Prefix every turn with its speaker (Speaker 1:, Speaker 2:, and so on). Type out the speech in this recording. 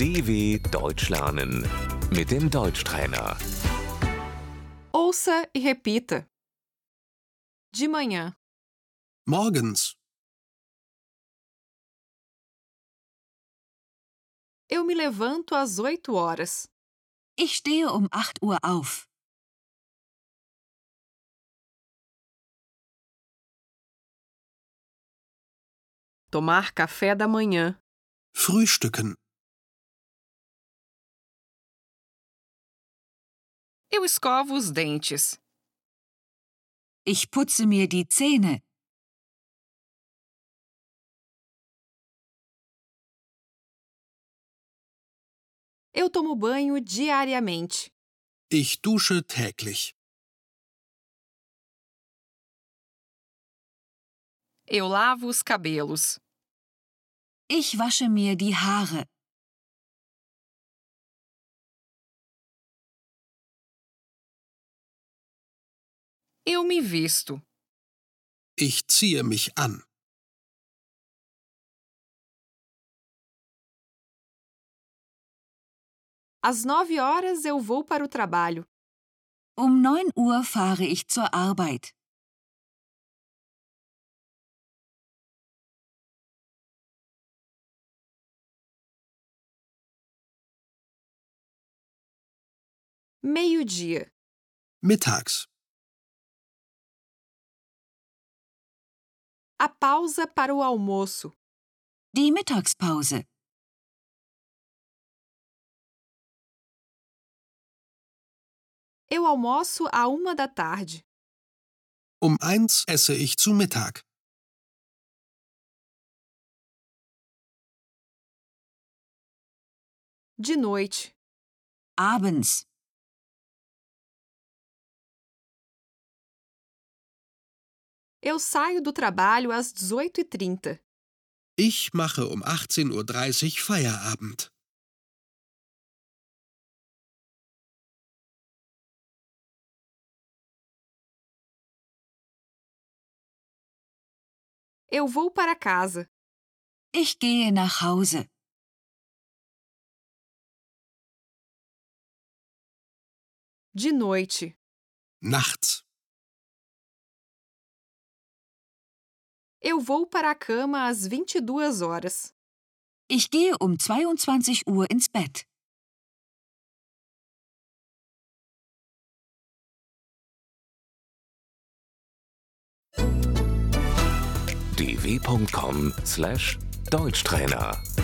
Speaker 1: DW Deutsch lernen mit dem Deutschtrainer.
Speaker 2: Ouça e repita. De manhã,
Speaker 3: Morgens.
Speaker 2: eu me levanto às 8 horas.
Speaker 4: Ich stehe um 8 Uhr auf.
Speaker 2: Tomar café da manhã,
Speaker 3: Frühstücken.
Speaker 2: eu escovo os dentes.
Speaker 4: Ich putze mir die Zähne.
Speaker 2: Eu tomo banho diariamente.
Speaker 3: Ich dusche täglich.
Speaker 2: Eu lavo os cabelos.
Speaker 4: Ich wasche mir die Haare.
Speaker 2: Eu me visto.
Speaker 3: Ich ziehe mich an.
Speaker 2: Às 9 horas eu vou para o trabalho.
Speaker 4: Um 9 Uhr fahre ich zur Arbeit.
Speaker 2: Meio-dia,
Speaker 3: Mittags.
Speaker 2: a pausa para o almoço.
Speaker 4: Die Mittagspause.
Speaker 2: Eu almoço à 1 da tarde.
Speaker 3: Um eins esse ich zu Mittag.
Speaker 2: De noite,
Speaker 4: Abends.
Speaker 2: eu saio do trabalho às 18h30.
Speaker 3: Ich mache um 18.30 Uhr Feierabend.
Speaker 2: Eu vou para casa.
Speaker 4: Ich gehe nach Hause.
Speaker 2: De noite,
Speaker 3: Nachts.
Speaker 2: eu vou para a cama às 22 horas.
Speaker 4: Ich gehe um 22 Uhr ins Bett.
Speaker 1: dw.com/deutschtrainer